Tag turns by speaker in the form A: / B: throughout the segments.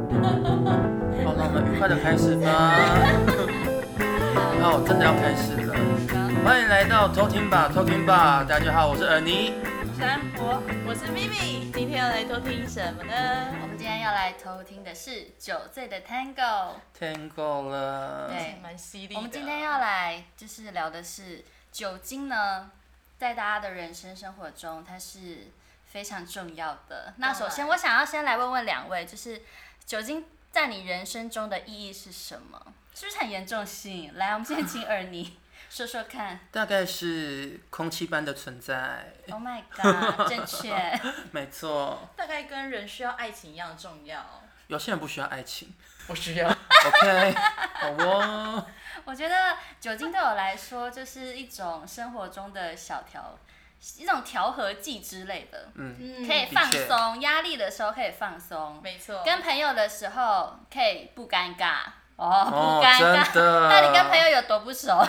A: 好了，我们愉快的开始吧。 好，真的要开始了。欢迎来到偷听吧，偷听吧。大家好，我是尔尼。
B: 山伯，我是咪咪，今天要来偷听什么呢？
C: 我们今天要来偷听的是酒醉的 Tango。
A: 天够了。
C: 对
B: 蛮犀利的。
C: 我们今天要来就是聊的是酒精呢，在大家的人生生活中，它是非常重要的。那
B: 当然
C: 首先，我想要先来问问两位，就是酒精在你人生中的意义是什么？是不是很严重性？来，我们先请尔尼说说看。
A: 大概是空气般的存在，
C: Oh my god，正确。
A: 没错。
B: 大概跟人需要爱情一样重要。
A: 有些人不需要爱情
B: 我需要。
A: ，OK？好哦，
C: 我觉得酒精对我来说就是一种生活中的小调，一种调和剂之类的，
A: 嗯，
B: 嗯
C: 可以
A: 的
C: 放
A: 确
C: 松，压力的时候可以放松，
B: 没错。
C: 跟朋友的时候可以不尴尬哦，
A: 哦
C: 不尴尬。
A: 真的
C: 那你跟朋友有多不熟？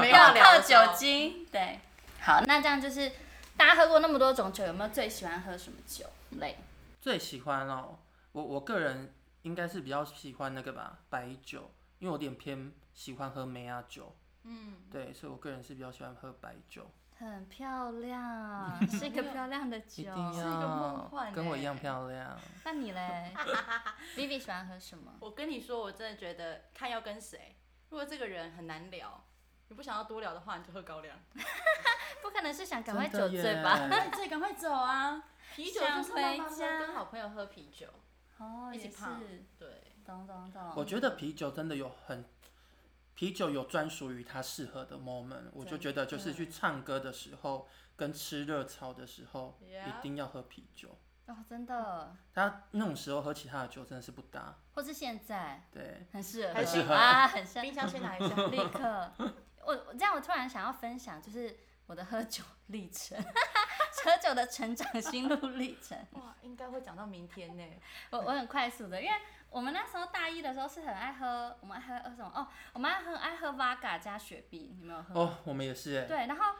B: 没
C: 要
B: 有
C: 靠
B: 聊
C: 酒。精。对，好，那这样就是大家喝过那么多种酒，有没有最喜欢喝什么酒类？
A: 最喜欢哦，我我个人应该是比较喜欢那个吧，白酒，因为我有点偏喜欢喝梅亚酒，
B: 嗯，
A: 对，所以我个人是比较喜欢喝白酒，
C: 很漂 亮，是一个漂亮的
A: 一
C: 酒。
A: 定
B: 是一个梦
A: 要
B: 幻
A: 跟我
B: 欸
A: 一样漂亮。
C: 那你 嘞？Vivi 喜欢喝什么？
B: 我跟你说，我真的觉得看要跟谁，如果这个人很难聊，你不想要多聊的话，你就喝高粱。
C: 不可能是想赶快
A: 真的
C: 酒
A: 耶
C: 醉吧？
B: 那你自己哎赶快走啊！啤酒就是慢慢
C: 想回
B: 喝，
C: 家
B: 跟好朋友喝啤酒。
C: 哦，
B: 一起
C: 也是，
B: 胖对，
C: 懂懂懂。
A: 我觉得啤酒真的有很，啤酒有专属于它适合的 moment，我就觉得就是去唱歌的时候跟吃热炒的时候
B: Yeah
A: 一定要喝啤酒，
C: 哦，真的，
A: 它那种时候喝其他的酒真的是不搭，
C: 或是现在
A: 对，
C: 很适合，
B: 很适
A: 合
C: 啊，很适
B: 冰箱先 拿一下。
C: 合。立刻， 我我这样，我突然想要分享，就是我的喝酒历程， 喝酒的成长心路历程。
B: 哇，应该会讲到明天呢。
C: 我我很快速的，因为我们那时候大一的时候是很爱喝，我们爱喝什么？哦，我们爱很爱喝 v o d a 加雪碧，你们有喝吗？
A: 哦，我们也是哎，
C: 对，然后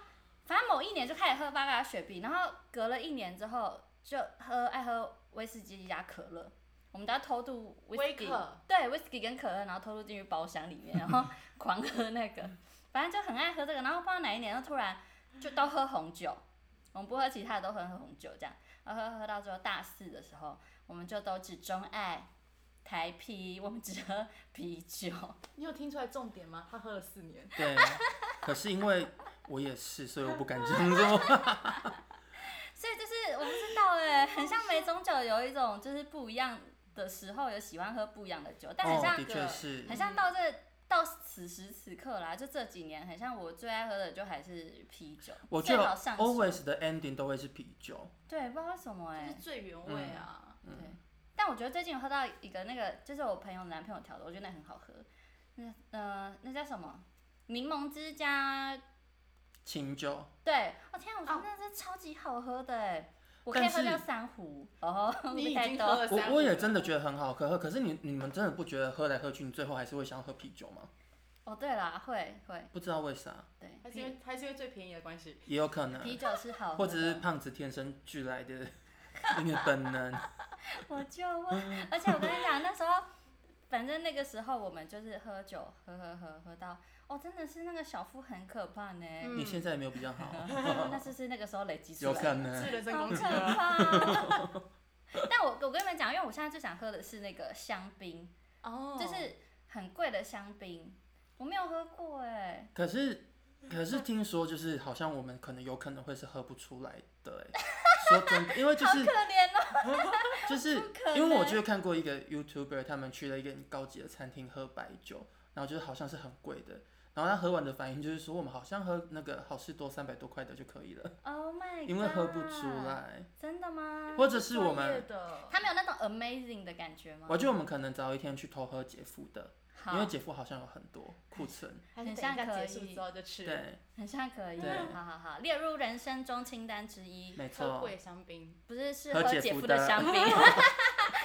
C: 反正某一年就开始喝八嘎雪碧，然后隔了一年之后就喝爱喝威士忌加可乐，我们都要偷渡威
B: 威
C: 士忌，
B: 克
C: 对，威士忌跟可乐，然后偷渡进去包厢里面，然后狂喝那个， 反正就很爱喝这个，然后不知道哪一年就突然就都喝红酒，我们不喝其他的，都喝喝红酒这样，然后喝喝到最后大四的时候，我们就都只钟爱。台啤，我们只喝啤酒，
B: 你有听出来重点吗？他喝了四年。
A: 对，可是因为我也是，所以我不敢这样 做。
C: 所以就是我不知道哎、很像每种酒有一种就是不一样的时候有喜欢喝不一样的酒，但很
A: 哦，
C: 像、
A: 的确是
C: 很像到这到此时此刻啦，就这几年很像我最爱喝的就还是啤酒，
A: 我觉
C: 最
A: 得
C: 好上手
A: always 的 ending 都会是啤酒。
C: 对，不知道为什么哎、
B: 就是最原味啊。
C: 对，
A: 嗯
C: 但我觉得最近有喝到一个那个就是我朋友男朋友调的，我觉得那很好喝，那呃那叫什么柠檬之家，
A: 清酒，
C: 对，我、天、啊，我觉得
B: 哦
C: 那真的超级好喝的哎、我可以
A: 但是
C: 喝掉三壶哦，会不会
B: 你已
C: 太
B: 经
C: 多
B: 喝了三
A: 我我也真的觉得很好喝。可是你你们真的不觉得喝来喝去，你最后还是会想要喝啤酒吗？
C: 哦，对啦，会会，
A: 不知道为啥，
C: 对，
B: 还是因
C: 啤
B: 为还是因为最便宜的关系。
A: 也有可能，
C: 啤酒是好喝的，
A: 或者是胖子天生俱来 的那个本能。
C: 嗯我就
A: 嗯
C: 问，而且我跟你讲，那时候反正那个时候我们就是喝酒，喝喝喝喝到，哦，真的是那个小腹很可怕呢，
B: 嗯
A: 你现在也没有比较好，
C: 那是是那个时候累积出
A: 有
C: 来
A: 可
C: 的，
B: 是
A: 能。
B: 人身
C: 好
B: 攻
C: 可
B: 击 啊！
C: 怕。但我我跟你们讲，因为我现在最想喝的是那个香槟，
B: 哦
C: 就是很贵的香槟，我没有喝过哎，
A: 可是可是听说就是好像我们可能有可能会是喝不出来的、欸。说真的，因为就
C: 好
A: 是
C: 可怜哦。
A: 就是
C: 不可能
A: 因为我就看过一个 YouTuber，他们去了一个很高级的餐厅喝白酒，然后就是好像是很贵的，然后他喝完的反应就是说，我们好像喝那个好事多三百多块的就可以了，
C: Oh my god！
A: 因为喝不出，来，
C: 真的吗？
A: 或者是我们，
B: 的，
C: 他没有那种 amazing 的感觉吗？
A: 我觉得我们可能早一天去偷喝姐夫的，
C: 好
A: 因为姐夫好像有很多库存，
B: 还
C: 很
B: 是
C: 像
B: 等一下
C: 可
B: 结束
C: 以
B: 之后就吃。
A: 对，
C: 很像可以
A: 对，
C: 好好好，列入人生中清单之一，
A: 没
B: 喝
A: 错，
B: 贵香槟，
C: 不是是
A: 喝
C: 喝
A: 姐
C: 姐
A: 夫
C: 夫的
A: 的
C: 香槟，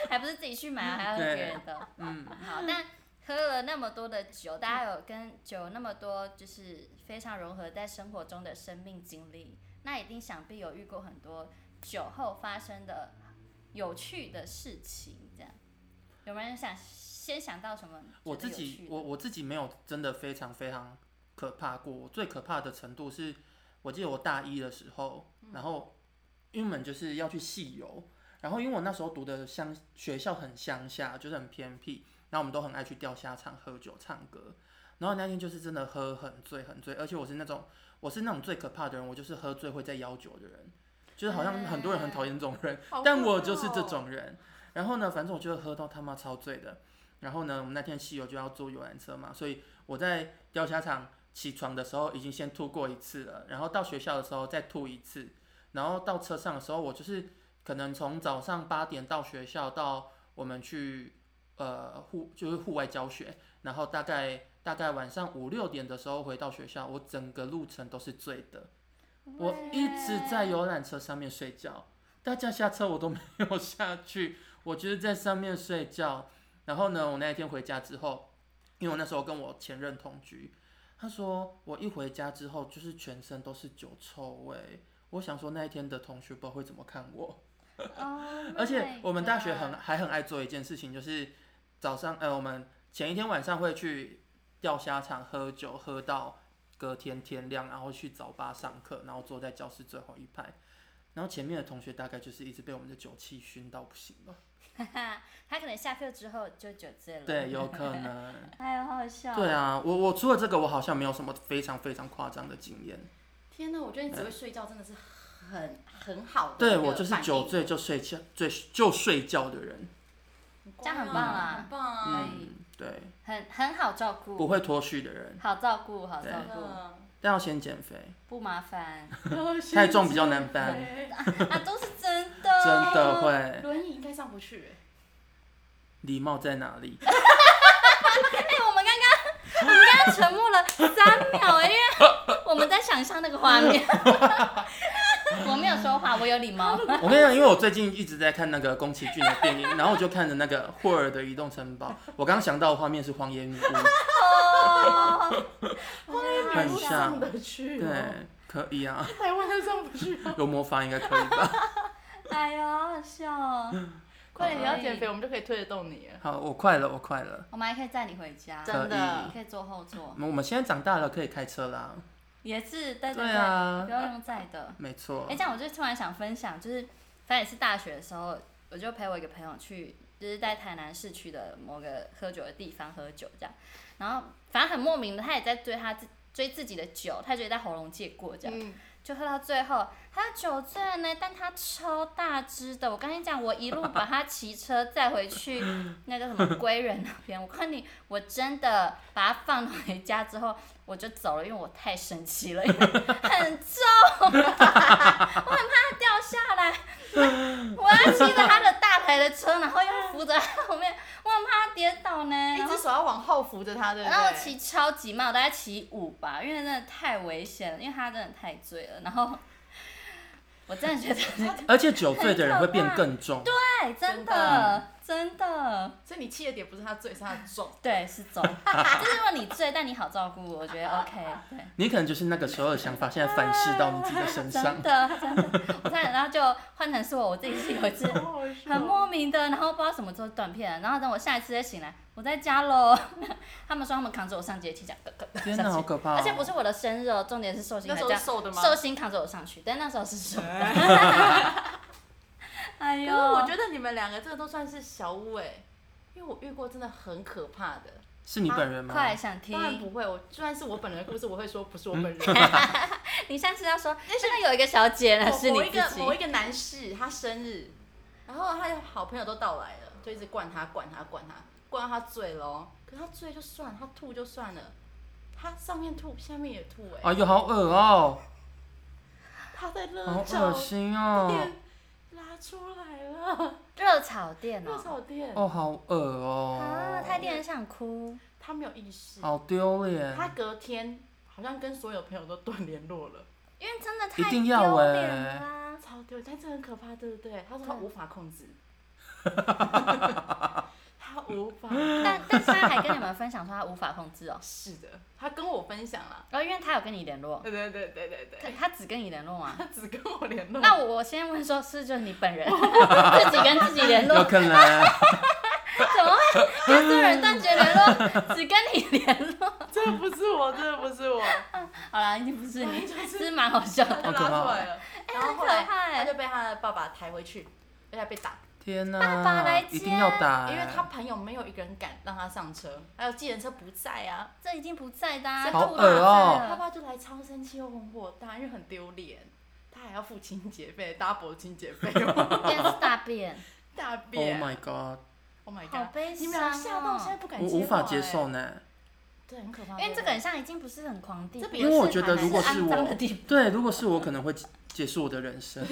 C: 还不是自己去买，还要喝
A: 对
C: 别人的。
A: 嗯，
C: 好，但喝了那么多的酒，大家有跟酒那么多就是非常融合在生活中的生命经历，那一定想必有遇过很多酒后发生的有趣的事情，这样有没有人想先想到什么？
A: 我自己，我我自己没有真的非常非常可怕过。我最可怕的程度是，我记得我大一的时候，然后因为我们就是要去戏游，然后因为我那时候读的乡学校很乡下，就是很偏僻，然后我们都很爱去钓虾场喝酒唱歌。然后那天就是真的喝很醉很醉，而且我是那种我是那种最可怕的人，我就是喝醉会再邀酒的人，就是好像很多人很讨厌这种人，
B: 好
A: 但
B: 酷
A: 我就是
B: 哦
A: 这种人。然后呢，反正我就喝到他妈超醉的。然后呢，我们那天西游就要坐游览车嘛，所以我在钓虾场起床的时候已经先吐过一次了，然后到学校的时候再吐一次，然后到车上的时候，我就是可能从早上八点到学校，到我们去呃户就是户外教学，然后大概大概晚上五六点的时候回到学校，我整个路程都是醉的。我一直在游览车上面睡觉，大家下车我都没有下去， 我就是在上面睡觉。然后呢，我那一天回家之后，因为我那时候跟我前任同居，他说我一回家之后就是全身都是酒臭味。我想说那一天的同学不知道会怎么看我，
C: 哦，
A: 而且我们大学很还很爱做一件事情，就是早上呃，我们前一天晚上会去钓虾场喝酒，喝到隔天天亮，然后去早八上课，然后坐在教室最后一排。然后前面的同学大概就是一直被我们的酒气熏到不行了，
C: 他可能下课之后就酒醉了。
A: 对，有可能，
C: 哎呦，好好笑。
A: 对啊，我我除了这个，我好像没有什么非常非常夸张的经验。
B: 天哪，我觉得你只会睡觉真的是很很好的。
A: 嗯对我就是酒，醉就睡觉，醉就睡觉的人，
C: 这样很棒啊
B: 很棒啊！
A: 嗯，对，
C: 很很好照顾，
A: 不会脱序的人，
C: 好照顾，好照
A: 嗯
B: 真
C: 顾，
B: 的
A: 但要先减肥。
C: 不麻 烦
A: 哦 太重比较难搬，
C: 啊，都是真的，
A: 真的会。
B: 轮椅应该上不去欸。
A: 礼貌在哪里？
C: 哎、我们刚刚我们刚刚沉默了三秒哎、因为我们在想象那个 画面。我没有说话，我有礼貌。
A: 我跟你讲，因为我最近一直在看那个宫崎骏的电影，然后我就看着那个霍尔的移动城堡，我刚想到的画面是荒野女巫，
C: 哦，
A: 很
B: 台湾
A: 像
B: 上得去哦，
A: 对，可以啊，
B: 台湾都上不 去哦。
A: 有魔法应该可以吧？
C: 哎呦，好笑哦！
B: 快点，你要减肥，我们就可以推得动你了。
A: 好，我快了，我快了，
C: 我们还可以载你回家，
A: 可
B: 真的
C: 你
A: 以。
C: 可以坐后座，
A: 我们现在长大了，可以开车啦。
C: 也是
A: 对
C: 对对，
A: 啊
C: 不，用用载的。
A: 没错
C: 哎、。这样我就突然想分享，就是反正也是大学的时候，我就陪我一个朋友去，就是在台南市区的某个喝酒的地方喝酒这样，然后反正很莫名的，他也在追他自追自己的酒，他觉得在喉咙借过这样，
B: 嗯，
C: 就喝到最后，他酒醉了呢，但他超大只的，我跟你讲，我一路把他骑车载回去那叫什么归仁那边，我看你，我真的把他放回家之后，我就走了，因为我太生气了，因为很重，啊我很怕他掉下来，我要骑着他的大台的车，然后又扶着他后面，我很怕他跌倒呢，
B: 一
C: 然后
B: 只手哎要往后扶着他，对不对？
C: 然后我骑超级慢，我大概骑五吧，因为真的太危险了，因为他真的太醉了。然 后我真的觉得，
A: 而且酒醉的人会变更重，
C: 哎，真的真的，
B: 所以你气的点不是他醉，是他的重。
C: 对，是 走。就是如果你醉，但你好照顾，我觉得 OK，对，
A: 你可能就是那个时候的想法，现在反噬到你自己的身上
C: 真。的真的。我差点，然后就换成是我，我自己是有一次 很莫名的，然后不知道什么时候断片了，然后等我下一次再醒来，我在家喽。 他们说他们扛着我上阶梯，这样咯咯咯
A: 天
C: 上
A: 哪，
C: 去
A: 好可怕、哦！
C: 而且不是我的生日哦，重点是寿星
B: 那
C: 还
B: 时
C: 这
B: 候
C: 样
B: 是瘦的吗？
C: 寿星扛着我上去，但那时候是什么？ 哎
B: 可是
C: 呦，
B: 我觉得你们两个这个都算是小五哎、因为我遇过真的很可怕的。
A: 是你本人吗？
C: 快想听
B: 当，然不会，我就算是我本人的故事，我会说不是我本人。
C: 你上次要说，真的有一个小姐呢， 是
B: 某
C: 你
B: 某一个
C: 自己
B: 某一个男士，他生日，然后他的好朋友都到来了，就一直灌他灌他灌他，灌到他醉了哦。可是他醉就算，他吐就算了，他上面吐，下面也吐哎、
C: 哦
A: 哎呦，好恶哦、
B: 他在热
C: 哦
A: 好
B: 炒
A: 恶心哦、
C: 嗯
B: 店拉出来了，
C: 热炒店
B: 热
C: 哦，
B: 炒店，
A: 哦，好恶
C: 啊，
A: 哦、
C: 太令人想哭，
B: 他没有意识，
C: 哦
A: 好丢脸，
B: 嗯他隔天好像跟所有朋友都断联络了。
C: 因为真的太
A: 一定要
C: 丢脸了啊
B: 超 丢，但这很可怕，对不对？他说他
C: 对
B: 无法控制，他无无法。
C: 但但是他还跟你们分享说他无法控制哦，
B: 是的，他跟我分享了。
C: 然后因为他有跟你联络，
B: 对对对对对
C: 他
B: 对，
C: 他只跟你联络吗？
B: 他只跟我联络。
C: 那 我我先问说，是就是你本人自己跟自己联
A: 有
C: 络，
A: 可能。
C: 怎么会跟这人断绝联络，只跟你联络？
B: 这不是我，这不是我，
C: 好啦，已经不是你，
B: 就是
C: 是蛮好笑的。
B: 他就拉出来了。然后
C: 很
B: 后
C: 可
B: 来
C: 怕欸
B: 他就被他的爸爸抬回去，被他被打，
A: 天哪、
C: 爸爸来
A: 一
C: 接
A: 定要打、
C: 哎
A: 欸
B: 因为他朋友没有一个人敢让他上车，还有计程车不在啊。
C: 这已经不在的、啊，
A: 好
C: 吐
A: 恶哦
C: 了
B: 他爸就来超生气又很火大，因为很丢脸，他还要付清洁费，double 清洁费哦，
C: 今天是大便，
B: 大
A: Oh
B: 便。
A: my god，
B: Oh my
C: 好
B: god！
C: 悲
B: 你们俩
C: 伤
B: 吓到现在
C: 哦。
B: 不敢
A: 我
B: 接话
A: 无法接
B: 欸
A: 受呢。
B: 对，很可怕。
C: 因为这个很像已经不是很狂地
B: 这
C: 步，
B: 边
A: 因为我觉得如果
C: 是
A: 是
C: 肮脏的
A: 我，
C: 地步。
A: 对，如果是我，可能会结结束我的人生。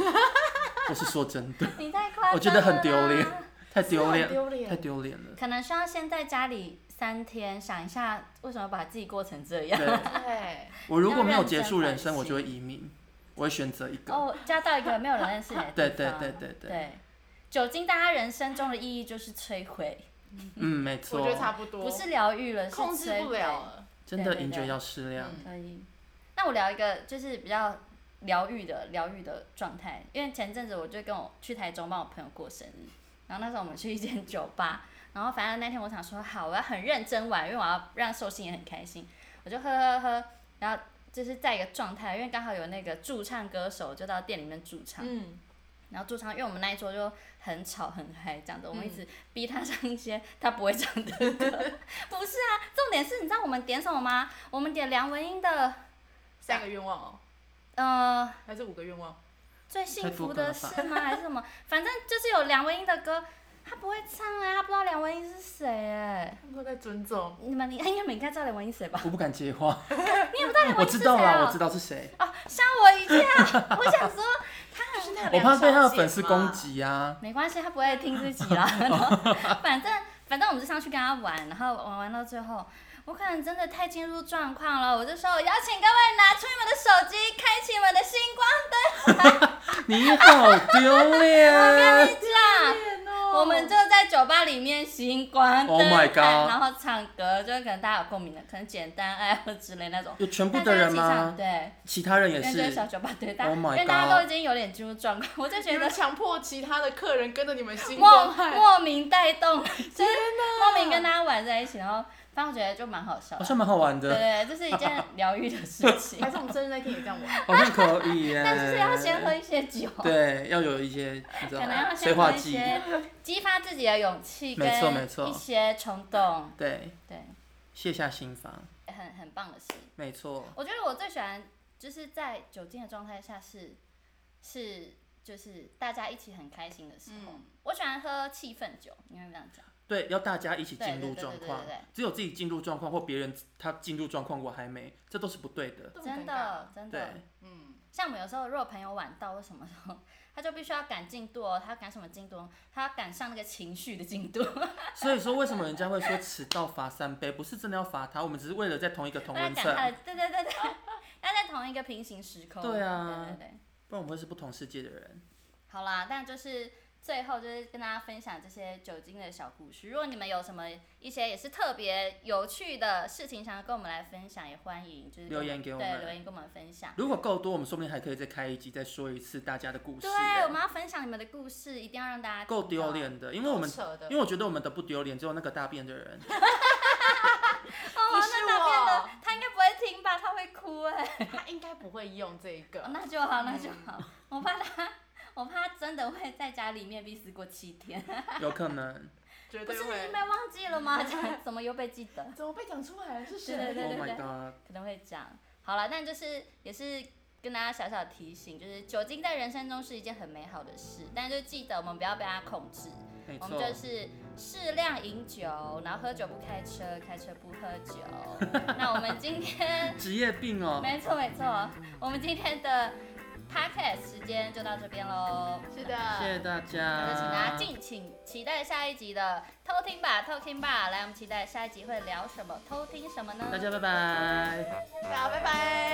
A: 我是说真的，
C: 你太夸张了啦
A: 我觉得很丢脸太丢
B: 真的很
A: 脸，
B: 丢脸
A: 太丢脸 了。
C: 可能需要先在家里三天想一下，为什么把自己过成这样。
A: 对
B: 对，
A: 我如果没有
C: 要认真
A: 结束人
C: 反
A: 生，
C: 省
A: 我就会移民，我会选择一个。
C: 哦，加到一个没有人认识你的地方。
A: 对对对对对，
C: 对酒精在他人生中的意义就是摧毁，
A: 嗯，没
B: 我觉得差
A: 错，
B: 不多，
C: 不是疗愈了，是
B: 控制
C: 摧
B: 不
C: 毁
B: 了。了。
A: 真的
C: 对对
A: 饮酒
C: 对
A: 要适量。
B: 嗯
C: 可以。那我聊一个就是比较疗愈的疗愈的状态，因为前阵子我就跟我去台中帮我朋友过生日，然后那时候我们去一间酒吧，然后反正那天我想说好，我要很认真玩，因为我要让寿星也很开心，我就喝喝喝，然后就是在一个状态，因为刚好有那个驻唱歌手就到店里面驻唱，
B: 嗯，
C: 然后驻唱，因为我们那一桌就很吵很嗨这样子，我们一直逼他唱一些他不会唱的歌。不是啊，重点是你知道我们点什么吗？我们点梁文音的
B: 三个愿望哦，
C: 呃
B: 还是五个愿望？
C: 最幸福的事吗？还是什么？反正就是有梁文音的歌，他不会唱啊，他不知道梁文音是谁哎。
B: 他们都在尊重。
C: 你们你应该没该知道梁文音是谁吧？
A: 我不敢接话，
C: 你也不知道梁
A: 我
C: 文音是
A: 知
C: 谁啊、
A: 道啦，我知道是谁，
C: 啊，吓我一跳！我想说他
B: 就是
C: 很
B: 那个
A: 我怕被他的
B: 梁小姐
A: 粉丝攻
B: 嘛。
A: 击啊。
C: 没关系，他不会听自己啦。然后反正反正我们就上去跟他玩，然后玩玩到最后，我可能真的太进入状况了，我就说我邀请各位拿出你们的手机，开启你们的星光
A: 你好丢脸！
C: 灯
B: 天
C: 啊！
B: 哦
C: 我们就在酒吧里面星光灯
A: Oh my
C: 看
A: god
C: 然后唱歌，就是可能大家有共鸣的，可能简单爱或之类那种。
A: 有全部
C: 大
A: 的
C: 家一
A: 人
C: 起唱，
A: 吗？
C: 对，
A: 其他人也
C: 因为就是
A: 是
C: 小。酒吧，对，大家
A: Oh my
C: 因为大家
A: god
C: 都已经有点进入状况，我就
B: 你
C: 觉得
B: 们强迫其他的客人跟着你们星光
C: 莫
B: 派，
C: 莫名带 动，就是
B: 哪
C: 莫名跟大家玩在一起，然后反正我觉得就蛮好笑
A: 好
C: 的。
A: 像蛮好玩
C: 对
A: 的，
C: 对，这是一件疗愈的事 情
B: 还，是我们生日那天也这样玩？
A: 好像可以耶。
C: 但就是要先喝一些酒，
A: 对，要有一些你知道
C: 可能要
A: 催
C: 先
A: 化
C: 喝一
A: 剂，
C: 些激发自己的勇气，
A: 没错没
C: 跟
A: 错
C: 一些冲动，
A: 对，
C: 对，
A: 卸下心防，
C: 很很棒的事。
A: 没错。
C: 我觉得我最喜欢就是在酒精的状态下是是就是大家一起很开心的时候，
B: 嗯
C: 我喜欢喝气氛酒，你会不会这样讲？
A: 对，要大家一起进入
C: 对对对对
A: 状况
C: 对对对，
A: 只有自己进入状况，或别人他进入状况，我还没，这都是不对的。
B: 这么
C: 真
B: 尴尬
C: 的，真的
A: 对，，
B: 嗯，
C: 像我们有时候，如果朋友晚到或什么时候，他就必须要赶进度哦，他要赶什么进度？他要赶上那个情绪的进度，
A: 所以说为什么人家会说迟到罚三杯，不是真的要罚他，我们只是为了在同一个同
C: 他要
A: 温
C: 赶
A: 层，
C: 他的，对对对对，要在同一个平行时空。
A: 对啊
C: 对对对，
A: 不然我们会是不同世界的人。
C: 好啦，但就是最后就是跟大家分享这些酒精的小故事。如果你们有什么一些也是特别有趣的事情，想要跟我们来分享，也欢迎就是跟
A: 留言给我们
C: 对留言跟我们分享。
A: 如果够多，我们说不定还可以再开一集，再说一次大家的故事
C: 对，
A: 欸。
C: 我们要分享你们的故事，一定要让大 家哦
A: 够
C: 听到
A: 丢。脸的，因为我们
B: 超扯的
A: 因为我觉得我们的不丢脸，只有那个大便的人。
C: 哦，
B: 不是
C: 那那边
B: 我
C: 的他应该不会听吧？他会哭哎、
B: 他应该不会用这
C: 哦
B: 个。
C: 那就好，那就好。我怕他，我怕他真的会在家里面必死过七天。
A: 有可能。
B: 绝
C: 不
B: 对
C: 是你已经
B: 会
C: 被。忘记了吗？这 样怎么又被记得？
B: 怎么被讲出来了？是
C: 对 对
A: Oh
C: 对
A: my god！
C: 可能会这样。好了，但就是也是跟大家小小提醒，就是酒精在人生中是一件很美好的事，但就记得我们不要被它控制，
A: 没
C: 我
A: 错
C: 们，就是适量饮酒，然后喝酒不开车，开车不喝酒。那我们今天，
A: 职业病哦。
C: 没错没错，我们今天的 podcast 时间就到这边喽。
B: 是
A: 谢谢大
B: 的，
C: 那就请大家
A: 家，
C: 敬请期待下一集的偷听吧，偷听吧。来，我们期待下一集会聊什么，偷听什么呢？
A: 大家拜拜。
B: 大家拜拜。